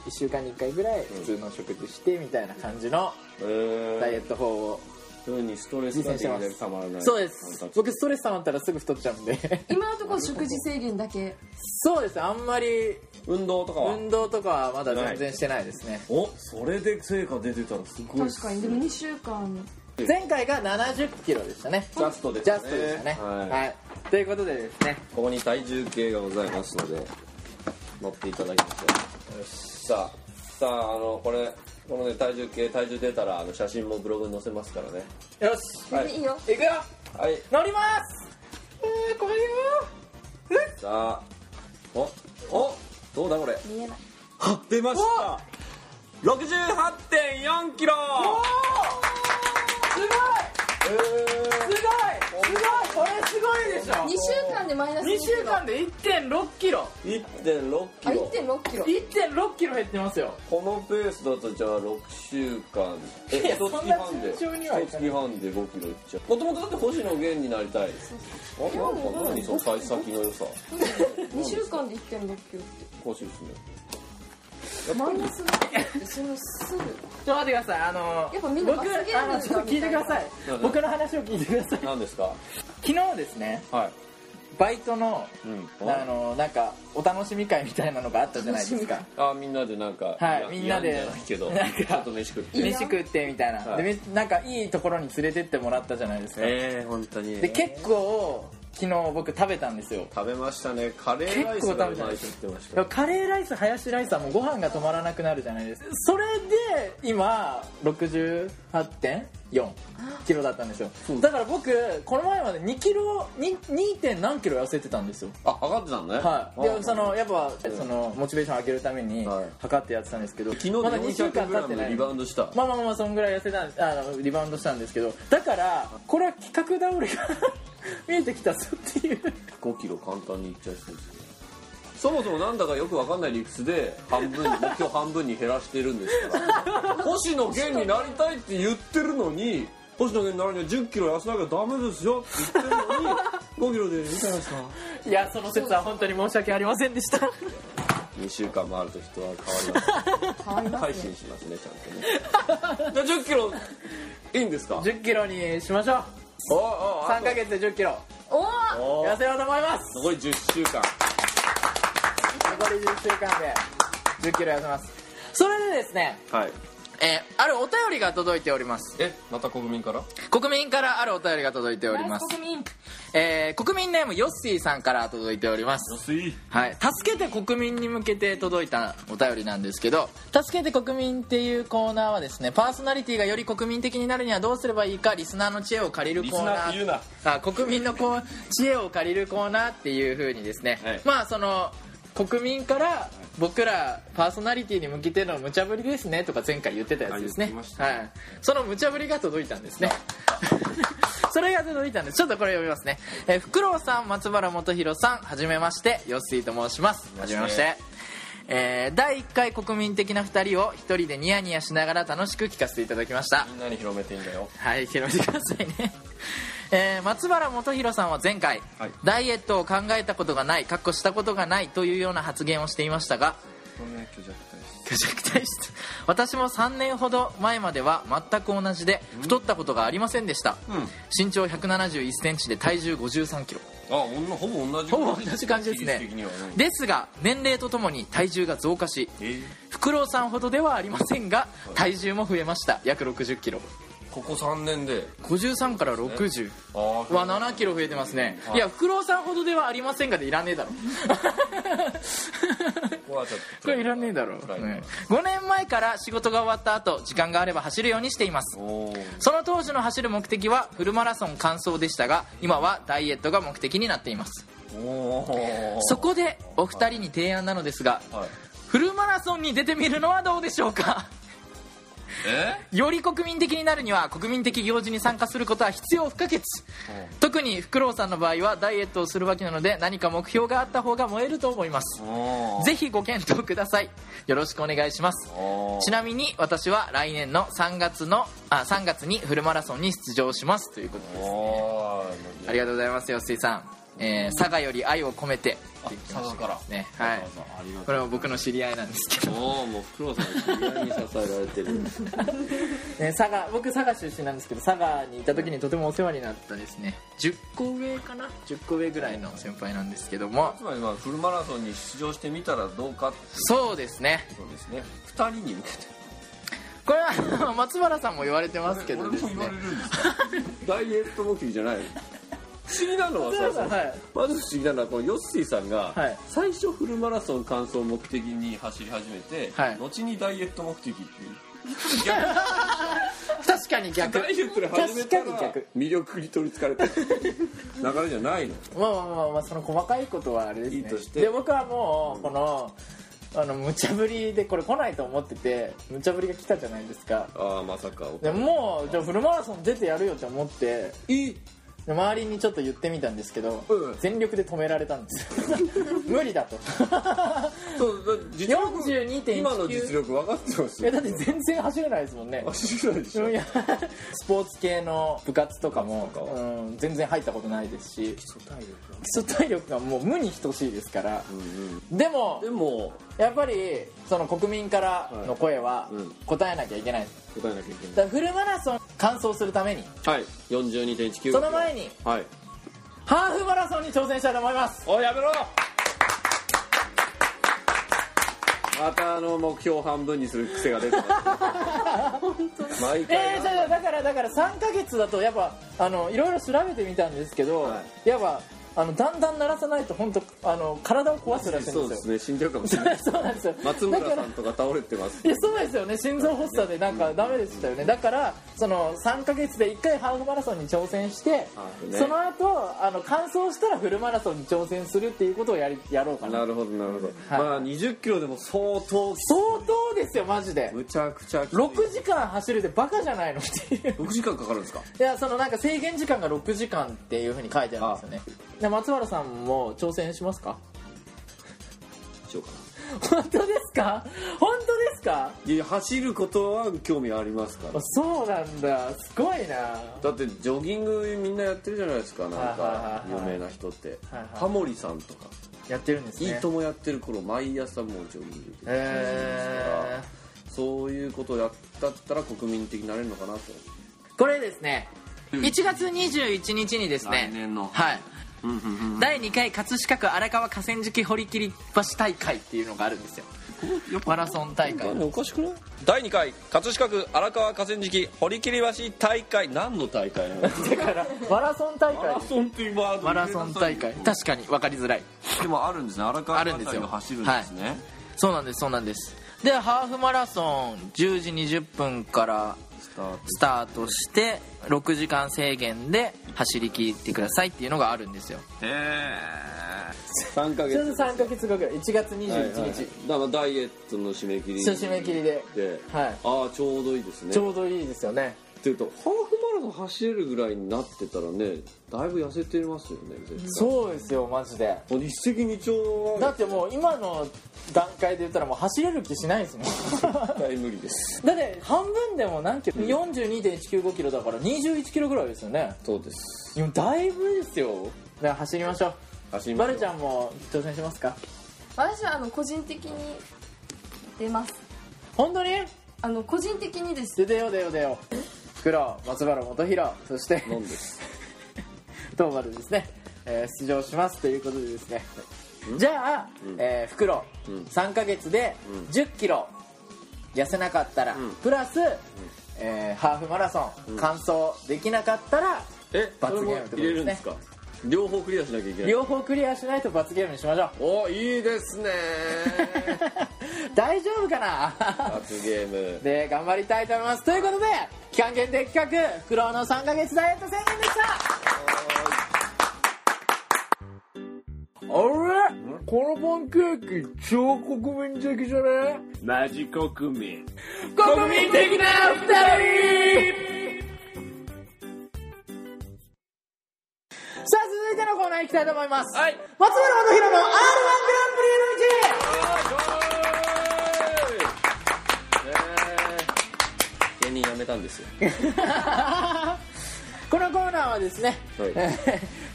S3: 1週間に1回ぐらい普通の食事してみたいな感じの
S2: えー
S3: ダイエット法を
S2: そういうふうにストレス
S3: 実
S2: が
S3: 践して
S2: 全
S3: ます
S2: 然たまらない
S3: そうです
S2: 感覚
S3: 僕ストレス溜まったらすぐ太っちゃうんで
S4: 今のところ食事制限だけ
S3: そうですあんまり
S2: 運動とかは
S3: 運動とかはまだ全然してないですね
S2: おそれで成果出てたらすごいっ
S4: 確
S2: す
S4: かにでも2週間
S3: 前回が7 0キロでしたね
S2: ジャストでし
S3: ジ
S2: た
S3: ャ
S2: ね
S3: ストでしたね
S2: はい
S3: はいということでですね
S2: ここに体重計がございますので乗っていただきましょうさあさああのこれこのね体重計体重出たらあの写真もブログに載せますからね
S3: よし
S2: はい
S4: いいよ
S3: 行くよ
S2: はい
S3: 乗りますうー怖いよ
S2: さあおおどうだこれ
S4: 見えない
S2: あ出ました68.4キロ
S3: すごいすごいすごいこれすごいでし
S4: 2
S3: ょ
S4: 週間でマイナス
S3: 2週間で1 6キロ
S2: えー、1.6キ
S4: あ
S2: ロ
S4: 1.6キロ
S3: 1 6キロ減ってますよ
S2: このペースだとじゃあ6週間え
S3: いや
S2: 一月半で
S3: そんな順調にはい
S2: 一
S3: かない
S2: 月半で5キロいっちゃうもともとだって星野源になりたいあなんか何その幸先の良さ
S4: 2週間で1.6キロっ
S2: 欲しいですね
S4: てマイナスがそのすぐ
S3: ちょっと待ってくださいあの
S4: やっぱみんな
S3: 僕
S4: 罰ゲーム
S3: あのちょっと聞いてください
S2: なんだ
S3: 僕の話を聞いてください
S2: 何ですか
S3: 昨日ですね
S2: は
S3: バイトの
S2: い、うん、
S3: あのなんかお楽しみ会みたいなのがあったじゃないですか
S2: あみんなでなんか
S3: はい
S2: や
S3: みんなで
S2: やじゃないけど
S3: なんか
S2: ちょっと飯食って
S4: いい
S3: 飯食ってみたいな、
S2: はい
S3: でめなんかいいところに連れてってもらったじゃないですか、
S2: ええ本当に
S3: で結構昨日僕食べたんですよ
S2: 食べましたねカレーライスがうまいと言ってまし
S3: でも
S2: た
S3: カレーライスハヤシライスはもうご飯が止まらなくなるじゃないですかそれで今68.4キロだったんですよだから僕この前まで2キロに 2. 点何キロ痩せてたんですよ
S2: あ測ってたのね
S3: はい、
S2: あ
S3: でそのやっぱそのモチベーション上げるために
S2: はい
S3: 測ってやってたんですけど、
S2: 昨日で
S3: まだ2週間経ってな
S2: 400g
S3: い
S2: リバウンドした
S3: まあまあまあそんぐらい痩せたんあのリバウンドしたんですけどだからこれは企画倒れが 見えてきたぞっていう
S2: 5キロ簡単にいっちゃいそうですねそもそもなんだかよくわかんない理屈で半分に目標半分に減らしてるんですから 星野源になりたいって言ってるのに星野源になるには1 0キロ痩せなきゃダメですよって言ってる のに5キロでいいじゃないですか
S3: いやその説は本当に申し訳ありませんで した
S2: 2週間もあると人は変わります
S4: 変わりま
S2: 配
S4: すね
S2: 信しますねちゃんとねじゃあ1 0キロいいんですか
S3: 1 0キロにしましょう
S2: おおお
S3: 3ヶ月で1 0キロ
S4: おー
S2: お
S3: 痩せようと思います
S2: 残り10週間
S3: 残り10週間で1 0キロ痩せますそれでですね、
S2: はい
S3: えーあるお便りが届いております
S2: えまた国民から
S3: 国民からあるお便りが届いており
S4: ナ
S3: ま
S4: イス
S3: す、
S4: 国民
S3: えー国民ネームヨッシーさんから届いております
S2: 安い
S3: はい、助けて国民に向けて届いたお便りなんですけど「助けて国民」っていうコーナーはですねパーソナリティがより国民的になるにはどうすればいいかリスナーの知恵を借りるコーナー
S2: リスナーって
S3: あ国民のこう知恵を借りるコーナーっていう風にですね、
S2: はい
S3: まあその国民から僕らパーソナリティに向けての無茶ぶりですねとか前回言ってたやつです
S2: あ言
S3: ね
S2: ってました
S3: はいその無茶ぶりが届いたんですねそれが届いたんですちょっとこれ読みますね、えー、フクロウさん松原元弘さんはじめましてよっすいと申しますはじめましてえー第1回国民的な2人を1人でニヤニヤしながら楽しく聞かせていただきました
S6: みんなに広めていいんだよ
S3: はい広めてくださいね、 えー松原元弘さんは前回、
S6: はい
S3: ダイエットを考えたことがない確保したことがないというような発言をしていましたが
S6: こんな巨弱体です
S3: 虚弱体質私も3年ほど前までは全く同じで太ったことがありませんでした、身長1 7 1センチで体重5 3キロ
S2: あ女ほぼ同じ
S3: ほぼ同じ感じです
S6: 比率的に
S3: ね
S6: はうん
S3: ですが年齢とともに体重が増加し
S6: え
S3: フクロウさんほどではありませんが体重も増えました約6 0キロ
S2: ここ3年で
S3: 53から60、
S6: あー
S3: は7キロ増えてますね、い、やフクロウさんほどではありませんがでいらね えだろ
S6: ここはちょっと
S3: これいらねえだろ、
S6: 暗い
S3: ね、5年前から仕事が終わった後時間があれば走るようにしています
S6: おー
S3: その当時の走る目的はフルマラソン完走でしたが今はダイエットが目的になっています
S6: おー
S3: そこでお二人に提案なのですが
S6: はい
S3: フルマラソンに出てみるのはどうでしょうか
S6: え
S3: より国民的になるには国民的行事に参加することは必要不可欠特にフクロウさんの場合はダイエットをするわけなので何か目標があった方が燃えると思います
S6: おー
S3: ぜひご検討くださいよろしくお願いします
S6: おー
S3: ちなみに私は来年の3月のあ3月にフルマラソンに出場しますということで
S6: おー
S3: ありがとうございますよすいさん、えー佐賀より愛を込めてって言ってました
S6: 佐賀から
S3: ねはい
S6: ありがと
S3: これも僕の知り合いなんですけど、
S2: ああもうフクロウさん知り合いに支えられてる
S3: ね、佐賀僕佐賀出身なんですけど佐賀にいた時にとてもお世話になったですね10個上かな10個上ぐらいの先輩なんですけども
S6: う つまりまあフルマラソンに出場してみたらどうかって
S3: そうですね
S6: ことですね2人に向けて
S3: これは松原さんも言われてますけどですね
S6: るんです
S2: ダイエット目的じゃない不思議なのはさその
S3: はい
S2: まず不思議なのはこのヨッシーさんが、
S3: はい
S2: 最初フルマラソン完走を目的に走り始めて、
S3: はい
S2: 後にダイエット目的っていう
S3: 確かに逆
S2: ダイエットで始めたら
S3: 確かに逆
S2: 魅力に取りつかれ た流れじゃないの
S3: まあまあまあまあその細かいことはあれですね
S2: いいとして
S3: で僕はもうこのあの無茶ぶりでこれ来ないと思ってて無茶ぶりが来たじゃないですか
S2: ああまさか
S3: でもうじゃあフルマラソン出てやるよって思って
S2: いい
S3: で周りにちょっと言ってみたんですけど、
S2: うん
S3: 全力で止められた んですよ無理だと
S2: そうだ実力
S3: 42.19
S2: 今の実力分かってます
S3: いや
S2: よ
S3: だって全然走れないですもんね
S2: 走れないでしょ
S3: いやスポーツ系の部活とかも
S2: 部活とか
S3: うん、全然入ったことないですし基礎体力基礎体力がもう無に等しいですから、でも
S2: でも
S3: やっぱりその国民からの声は
S2: うん
S3: 答えなきゃいけないです
S2: 答えなきゃいけ
S3: だからフルマラソン完走するために
S2: ないはい42.19
S3: その前に
S2: はい
S3: ハーフマラソンに挑戦したいと思います
S2: おいやめろまたあの目標を半分にする癖が出てます毎
S3: え
S2: 回
S3: ー、じゃあだからだから3ヶ月だとやっぱあのいろいろ調べてみたんですけど、
S2: は
S3: やっぱあのだんだん鳴らさないと本当あの体を壊すらしい
S2: そ
S3: ん
S2: うで
S3: で
S2: すす
S3: よ
S2: ね死んじゃうかもしれない
S3: そうなんですよ
S2: 松村
S3: だか
S2: さ
S3: ら
S2: んとか倒れてます
S3: いやそうですよね心臓発作でなんかダメでしたよねだからその3ヶ月で1回ハーフマラソンに挑戦して
S2: ハーフね
S3: その後あの完走したらフルマラソンに挑戦するっていうことをやりやろうかな
S2: なるほどなるほど、
S3: はい
S2: まあ20キロでも相当
S3: 相当ですよマジで
S2: むちゃくちゃきつい
S3: 6時間走るってバカじゃないのっていう
S2: 6時間かかるんですか
S3: いやそのなんか制限時間が6時間っていうふうに書いてあるんですよねで松原さんも挑戦しますか
S2: しようかな
S3: 本当ですか本当ですか
S2: いや走ることは興味ありますから
S3: あそうなんだすごいな
S2: だってジョギングみんなやってるじゃないですかなん
S3: は
S2: か
S3: いはい
S2: 有
S3: は
S2: 名
S3: い
S2: な人って
S3: はいはい
S2: タモリさんとか
S3: やってるんです
S2: いい
S3: ね
S2: ともやってる頃毎朝もうジョギングで
S3: えー
S2: そういうことをやったったら国民的になれるのかなと
S3: これですね1月21日にですね
S2: 来年の
S3: はい第2回葛飾区荒川河川敷堀切橋大会っていうのがあるんですよマラソン大会
S2: おかしくない
S6: 第2回葛飾区荒川河川敷堀切橋大会
S2: 何の大会なの
S3: だからマラソン大
S2: マ
S3: 会
S2: ラソンっていうワード
S3: マラソン大会確かに分かりづらい
S6: でもあるんですね荒川
S3: あるんです
S6: 辺
S3: よ
S6: りを走るんですね、
S3: そうなんですそうなんですでハーフマラソン10時20分から
S2: スタート
S3: スタートして6時間制限で走り切ってくださいっていうのがあるんですよ
S6: へ
S2: 3ヶ
S3: ちょう
S2: 月
S3: ど3ヶ月後ぐらい1月21日、
S2: はいはいだからダイエットの締め切り
S3: 一応締め切りで、
S2: で、
S3: はい
S2: ああちょうどいいですね
S3: ちょうどいいですよね
S2: っていうとハーフマラソン走れるぐらいになってたらねだいぶ痩せてますよね絶対
S3: そうですよマジで
S2: あ一石二鳥
S3: だってもう今の段階で言ったらもう走れる気しない ですもんだ
S2: 絶対無理です
S3: って半分でも何キロ42.195キロだから21キロぐらいですよね
S2: そうです
S3: でもだいぶですよだから走りましょ
S2: 走
S3: う
S2: り
S3: バ
S2: ま
S3: ル
S2: し
S3: ち
S2: ょう
S3: ゃんも挑戦しますか
S4: 私はあの個人的に出ます
S3: 本当に
S4: あの個人的にです
S3: 出てよ出よ出よフクロウ松原元宏そして
S2: 飲んです
S3: トーマルですね、えー出場しますということでですねじゃあ、えー、フクロウ
S2: うん
S3: 3ヶ月で
S2: うん
S3: 1 0キロ痩せなかったら、
S2: うん
S3: プラス、えーハーフマラソン完走できなかったら、
S2: え
S3: 罰ゲーム
S2: それも入れるんですか両方クリアしなきゃいけない
S3: 両方クリアしないと罰ゲームに しましょう
S2: おいいですね
S3: 大丈夫か な
S2: 罰ゲーム
S3: で頑張りたいと思いますということで期間限定企画フクロウの3ヶ月ダイエット宣言でしたあれこのパンケーキ超国民的じゃね
S5: マジ国民
S3: 国民的な二人さあ続いてのコーナー行きたいと思います、
S2: はい
S3: 松村元宏の r 1グランプリへの道
S2: 芸人辞めたんですよ
S3: このコーナーはですね、
S2: はい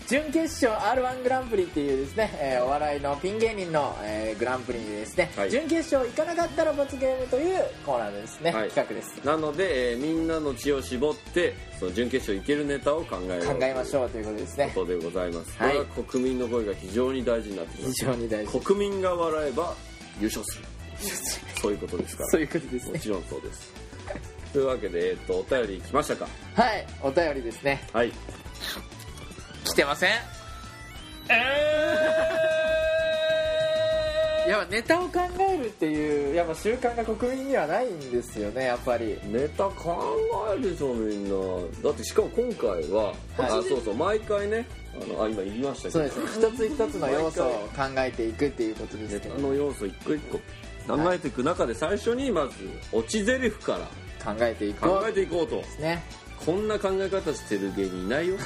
S3: 準決勝 r 1グランプリっていうですね、えーお笑いのピン芸人の、えーグランプリにですね、
S2: はい
S3: 準決勝行かなかったら罰ゲームというコーナーですね、
S2: はい
S3: 企画です
S2: なので、えーみんなの知を絞ってその準決勝いけるネタを考えよう
S3: 考えまし
S2: う
S3: ょうということですね
S2: ことでございます、
S3: はい
S2: これは国民の声が非常に大事になってきま
S3: 非
S2: す
S3: 常に大事
S2: 国民が笑えば優勝するそういうことですから
S3: そういうことです
S2: も
S3: ね
S2: ちろんそうですというわけで、えっとお便り来ましたか
S3: はいお便りですね
S2: はい
S3: 来てませんやっぱネタを考えるっていうやっぱ習慣が国民にはないんですよねやっぱり
S2: ネタ考えるでしょみんなだってしかも今回は、
S3: はい
S2: あそうそう毎回ねあのあ今言いましたけど
S3: そうですね一つ一つの要素を考えていくっていうことで
S2: ネ
S3: すけ
S2: タ
S3: ど
S2: の要素一個一個考えていく中で最初にまず落ち台詞から
S3: 考えていこ
S2: 考え
S3: う
S2: ていこうと
S3: ですね
S2: こんな考え方してる芸人い ないよ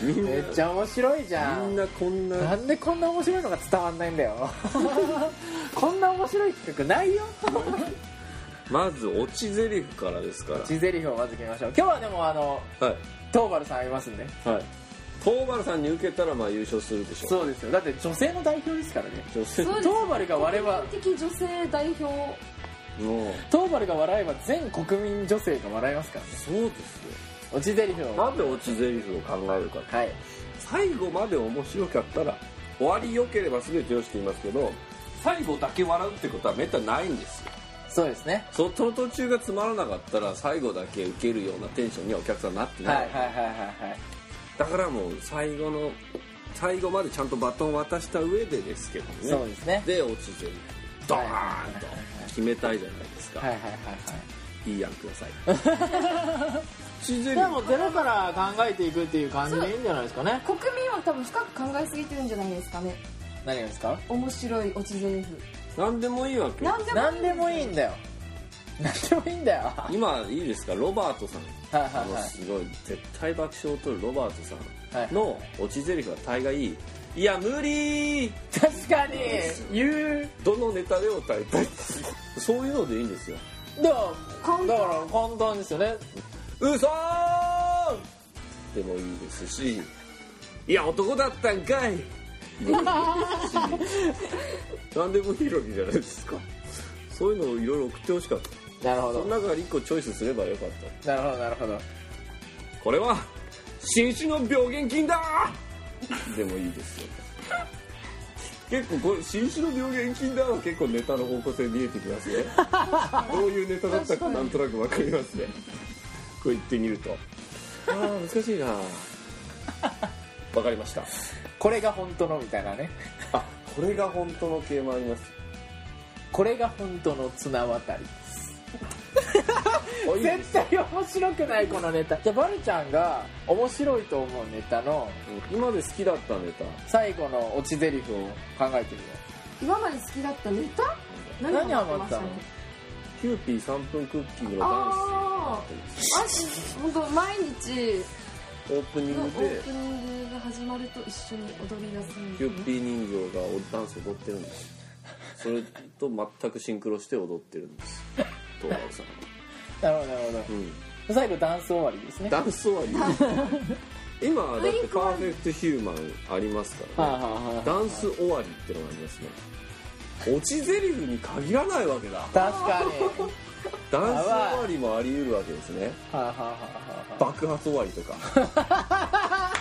S2: みん
S3: めっち
S2: な
S3: ゃ面白いじゃ
S2: みん
S3: ん
S2: なこん
S3: な
S2: なん
S3: でこんな面白いのが伝わんないんだよ こんな面白い企画ないよ
S2: まず落ち台詞からですか
S3: 地ゼリフをまず決めましょう今日はでもあの
S2: らはい
S3: トーバルさんありますんで
S2: はい東原さんに受けたらまあ優勝するでしょ
S3: そうですよだって女性の代表ですからね
S2: 女性
S4: そう
S3: ト
S4: です
S3: ーバルが我々
S4: 国民的女性代表
S2: の
S3: トーバルが笑えば全国民女性が笑いますからね
S2: そうですよ
S3: 落ちゼリフを
S2: なんで落ち台詞を考えるか
S3: はい
S2: 最後まで面白かったら終わり良ければ全て良しと言いますけど最後だけ笑うってことはめったにないんですよ
S3: そうですね
S2: そその途中がつまらなかったら最後だけ受けるようなテンションにはお客さんなって
S3: はい
S2: ない、
S3: はいはいはいはい
S2: だからもう最後の最後までちゃんとバトン渡した上でですけどね
S3: そうですね
S2: で落ちてるドーンと決めたいじゃないですか、
S3: はいはいはい
S2: い、い案ください落ちて
S3: はい
S2: る
S3: でもゼロから考えていくっていう感じでいいんじゃないですかね
S4: 国民は多分深く考えすぎてるんじゃないですかね
S3: 何がですか
S4: 面白い落ち台詞
S2: 何でもいいわけ
S4: 何でも
S3: 何でもいいんだよ何でもいいん だよは
S2: 今いいですかロバートさん
S3: いはい
S2: あの
S3: はい
S2: すごい絶対爆笑を取るロバート
S3: は
S2: さ
S3: い
S2: んの落ち台詞は大概いい「いや無理!
S3: 確かに言う」
S2: どのネタでも大体そういうのでいいんですよ
S3: だからだから簡単ですよね
S2: 「嘘ー!」でもいいですし「いや男だったんかい!」でもいいですし 何でもいいわけじゃないですかそういうのをいろいろ送ってほしかった
S3: なるほ
S2: その
S3: ど
S2: 中から1個チョイスすればよかった
S3: なるほどなるほど
S2: これは新種の病原菌だでもいいですよ結構これ新種の病原菌だは結構ネタの方向性見えてきますねどういうネタだったかなんとなく分かりますねこう言ってみるとああ難しいな分かりました
S3: これが本当のみたいなね
S2: あこれが本当の系もあります
S3: これが本当の綱渡り絶対面白くないこのネタじゃあバルちゃんが面白いと思うネタの
S2: 今まで好きだったネタ
S3: 最後のオチゼリフを考えてみよ
S4: 今まで好きだったネタ
S3: 何ハマ
S4: ま
S3: っ
S4: したた
S3: の
S2: キューピー3分クッキングのダ
S4: ああ私僕毎日
S2: ンスオープニ
S4: のオ
S2: ングで
S4: ープニングが始まると一緒に踊り出すん
S2: キ
S4: で
S2: ューピー人形がおダンス踊ってるんですそれと全くシンクロして踊ってるんです東原さん
S3: なるほどなるほど
S2: うん
S3: 最後ダンス終わりですね
S2: ダンス終わり今だってパーフェクトヒューマンありますから
S3: はあ
S2: ね、
S3: はあはあ
S2: ダンス終わりってのがありますね落ちゼリフに限らないわけだ
S3: 確かに
S2: ダンス終わりもあり得るわけですね
S3: はあはあはあは
S2: 爆発終わりと か
S3: あ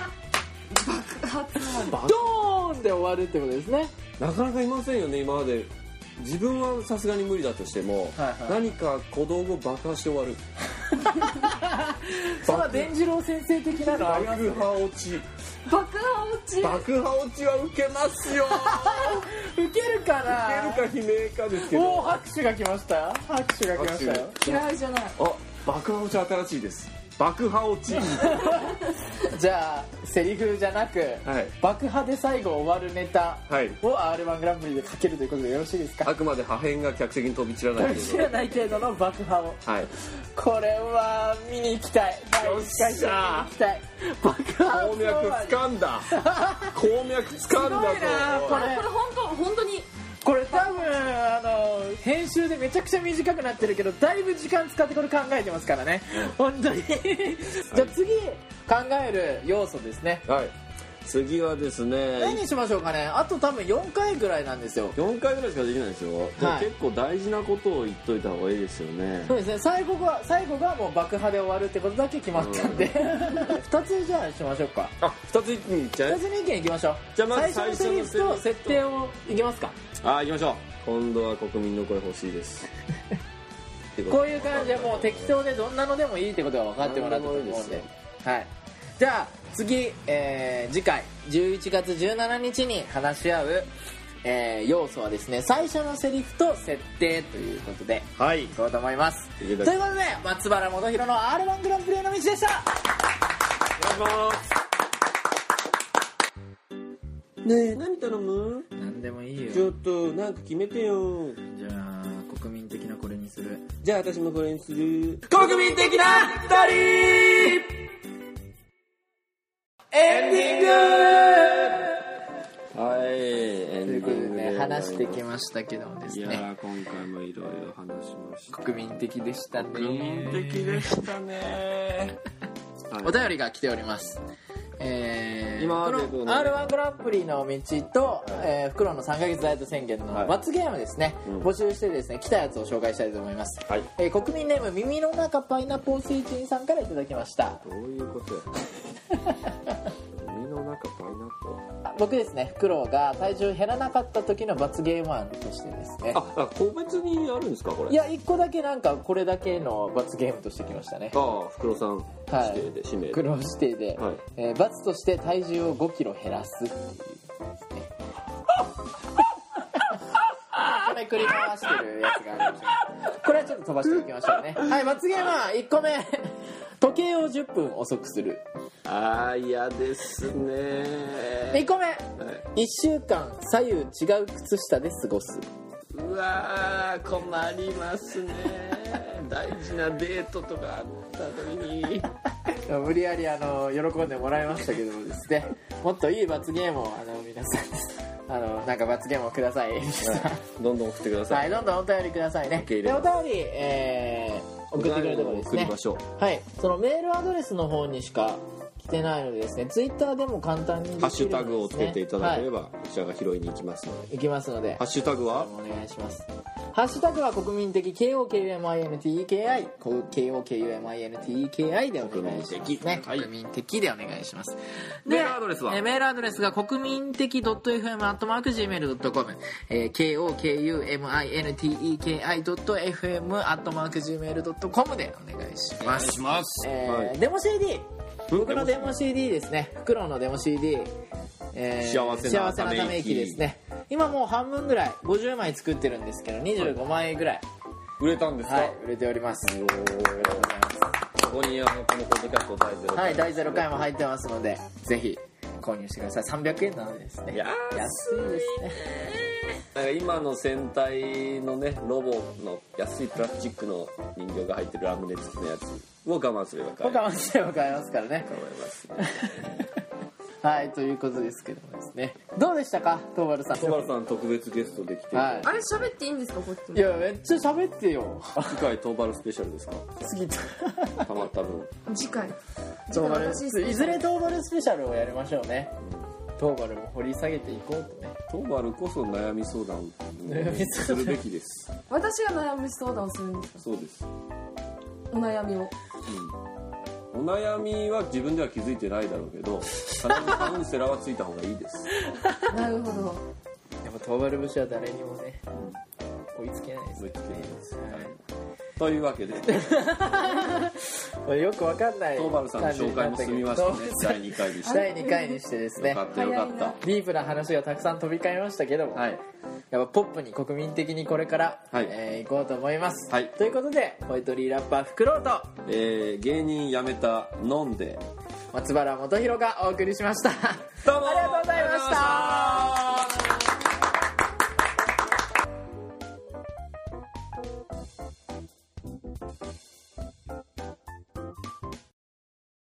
S3: ドーンで終わるってことですね
S2: なかなかいませんよね今まで自分はさすがに無理だとしても、
S3: はいはい
S2: 何か小道具を爆破して終わる
S3: そんな伝次郎先生的なのあります
S2: 爆破落ち
S4: 爆破落ち
S2: 爆破落ちは受けますよ
S3: ウケるかな
S2: 受けるか悲鳴かですけ
S3: おお
S2: ど
S3: 拍手が来ました拍手が来ましたよ
S4: 嫌いじゃない
S2: あ爆破落ちは新しいです爆破落 ち
S3: じゃあセリフじゃなく、
S2: はい
S3: 爆破で最後終わるネタ
S2: はい
S3: を r 1グランプリでかけるということでよろしいです
S2: あ
S3: か
S2: くまで破片が客席に飛び散らない
S3: 知
S2: けど
S3: らない程度の爆破を
S2: はい
S3: これは見に行きたい第1回戦見に行きたい爆破
S2: 鉱脈掴んだ鉱脈掴んだぞ
S3: すごいな
S2: おい
S4: これこれ本当本当に
S3: これ多分あの編集でめちゃくちゃ短くなってるけどだいぶ時間使ってこれ考えてますからね本当にじゃあ次考える要素ですね
S2: はい次はです
S3: 何
S2: ね
S3: にしましょうかねあと多分4回ぐらいなんですよ
S2: 4回ぐらいしかできないですよ、でも
S3: はい
S2: 結構大事なことを言っといた方がいいですよね
S3: そうですね最後が最後がもう爆破で終わるってことだけ決まったんで2つじゃあしましょうか
S2: あ2つ一気にいっちゃ
S3: 2
S2: い
S3: つの意見いきましょう
S2: じゃあまず
S3: 最初のセリフ
S2: 最初の
S3: と
S2: セリ
S3: 設
S2: フと
S3: 定をいきますか
S2: あー行きましょう今度は国民の声欲しいです ってと
S3: こういう感じでもう適当でどんなのでもいいってことが分かってもらったと思うんで
S2: 何でもいいで
S3: はい、じゃあ次、えー次回11月17日に話し合う、えー要素はですね最初のセリフと設定ということで
S2: はい
S3: いこうと思いますとい
S2: いうけ
S3: こ
S2: た
S3: とで松原元宏の r 1グランプリへの道でした
S2: お願いしますねえ何頼む
S3: 何でもいい
S2: ちょっとなんか決めてよ
S3: じゃあ国民的なこれにする
S2: じゃあ私もこれにする
S3: 国民的な二人エンディング
S2: はいエン
S3: とい
S2: ディ
S3: う
S2: ン
S3: ことで
S2: グ
S3: ね
S2: で
S3: 話してきましたけどもです
S2: いや
S3: ね
S2: ー今回もいろいろ話しました
S3: 国民的でしたね
S2: 国民的でしたね、はい
S3: お便りが来ておりますえー、
S2: 今までど
S3: こ
S2: う
S3: の
S2: なの
S3: r 1グランプリの道と、えー、袋の3ヶ月ダイエット宣言の
S2: はい
S3: 罰ゲームですね、
S2: ん
S3: 募集してですね来たやつを紹介したいと思います、
S2: はい
S3: えー国民ネーム耳の中パイナポースイチンさんからいただきました
S2: どういうこと や海の中パイナップル
S3: あ僕ですねフクロウが体重減らなかった時の罰ゲーム案としてですね
S2: ああ個別にあるんですかこれ
S3: いや1個だけなんかこれだけの罰ゲームとしてきましたね
S2: ああ袋さん
S3: はい
S2: 指定で、氏 名
S3: 苦労指定で、
S2: はい
S3: えー罰として体重を5キロ減らすっていうですねこれ繰り回してるやつがあるんですけどこれはちょっと飛ばしておきましょうね はい罰ゲームは1個目時計を10分遅くする
S2: ああ嫌ですね
S3: 1個目
S2: はい
S3: 1週間左右違う靴下で過ごす
S2: うわー困りますね大事なデートとかあった時に
S3: 無理やりあの喜んでもらいましたけどもですねもっといい罰ゲームをあの皆さんあのなんか罰ゲームをください皆さん
S2: どんどん送ってくださ
S3: はいい、どんどんお便りくださいね。
S2: 受け入
S3: で
S2: れ
S3: お
S2: ま
S3: 便り、えー、送ってくれるところです
S2: お便りを送
S3: ね
S2: りましょ。
S3: はい、そのメールアドレスの方にしか来てないのでですね、ツイッターでも簡単に
S2: ハッ
S3: できるのでですね
S2: シュタグをつけていただけれ
S3: は
S2: ば、こちらが拾いに行きますので
S3: い、いきますので
S2: ハッ、シュタグは
S3: お願いします。ハッシュタグは国民的 KOKUMINTEKI、KOKUMINTEKI でお願いしますね。
S2: 国民的はい
S3: 国民的でお願いします。で
S2: メールアドレスは
S3: えーメールアドレスが国民的 .fm.gmail.com、えー、kokuminteki.fm.gmail.com でお願いします。
S2: します
S3: えー
S2: はい
S3: デモ CD
S2: うん
S3: 僕のデモ CD ですねフクロウのデモ CD、え
S2: 幸せな
S3: 幸ため息ですね今もう半分ぐらい50枚作ってるんですけど25枚ぐらい
S2: 売れたんですか、
S3: はい、売れております。ありがとうございます。
S2: ここにあのこのポッドキャスト大ゼロ
S3: はい、第0回も入ってますので、ぜひ購入してください。300円なのでですね。
S2: 安い
S3: 安いですね。
S2: なんか今の戦隊のねロボの安いプラスチックの人形が入ってるラムネ付きのやつを我慢すれば買え
S3: 僕
S2: る
S3: はマジで買いますからね。
S2: と思いますね
S3: はい、ということですけどもですね。どうでしたか、トーバルさん。
S2: 小原さん特別ゲストで来て、
S3: はい
S4: あれ喋っていいんですかこっちも
S3: いや、めっちゃ喋ってよ。
S2: 次回トーバルスペシャルですか
S3: 次、 ト
S2: たまった分
S4: 次回
S3: ーバル
S4: 楽しいですね
S3: いずれトーバルスペシャルをやりましょうね。トーバルも掘り下げていこうとね。
S2: トーバルこそ悩み相談
S3: 悩み
S2: す
S3: 相談
S2: るべきです
S4: 私が悩み相談をするんですか
S2: そうです、
S4: お悩みを
S2: うん、お悩みは自分では気づいてないだろうけど必ずカウンセラーはついた方がいいです
S4: なるほど
S3: やっぱトーバル節は誰にもね、追いつけないです
S2: 追い
S3: ね
S2: つけないです
S3: はい
S2: というわ けで
S3: これよくわかんない
S2: トーバルさんの紹介も済みましたね
S3: 感じになったけど
S2: 第2回にし
S3: トーバルさ
S2: て
S3: ん第2回にしてですね
S2: よかったよかっ
S4: 早いな
S2: た
S3: ディープな話がたくさん飛び交いましたけども、
S2: はい
S3: やっぱポップに国民的にこれから、
S2: はい
S3: えー行こうと思います、
S2: はい
S3: ということでポエトリーラッパーフクロウと
S2: えー、芸人辞めた飲んで
S3: 松原元弘がお送りしました
S2: どうも
S3: ありがとうございました